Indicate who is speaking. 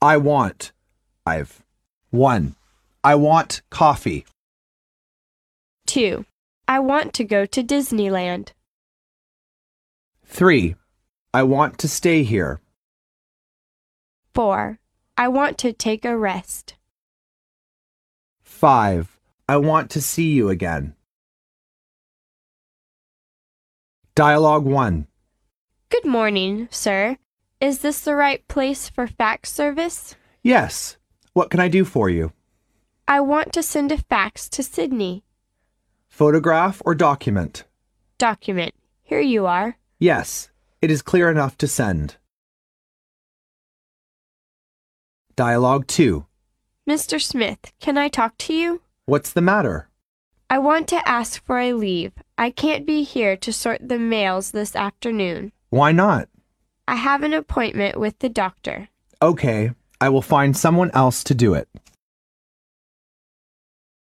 Speaker 1: I want. I've. One. I want coffee.
Speaker 2: 2. I want to go to Disneyland.
Speaker 1: Three. I want to stay here.
Speaker 2: 4. I want to take a rest.
Speaker 1: Five. I want to see you again. Dialogue one.
Speaker 2: Good morning, sir. Is this the right place for fax service?
Speaker 1: Yes. What can I do for you?
Speaker 2: I want to send a fax to Sydney.
Speaker 1: Photograph or document?
Speaker 2: Document. Here you are.
Speaker 1: Yes. It is clear enough to send. Dialogue two.
Speaker 2: Mr. Smith, can I talk to you?
Speaker 1: What's the matter?
Speaker 2: I want to ask for a leave. I can't be here to sort the mails this afternoon.
Speaker 1: Why not?
Speaker 2: I have an appointment with the doctor.
Speaker 1: Okay. I will find someone else to do it.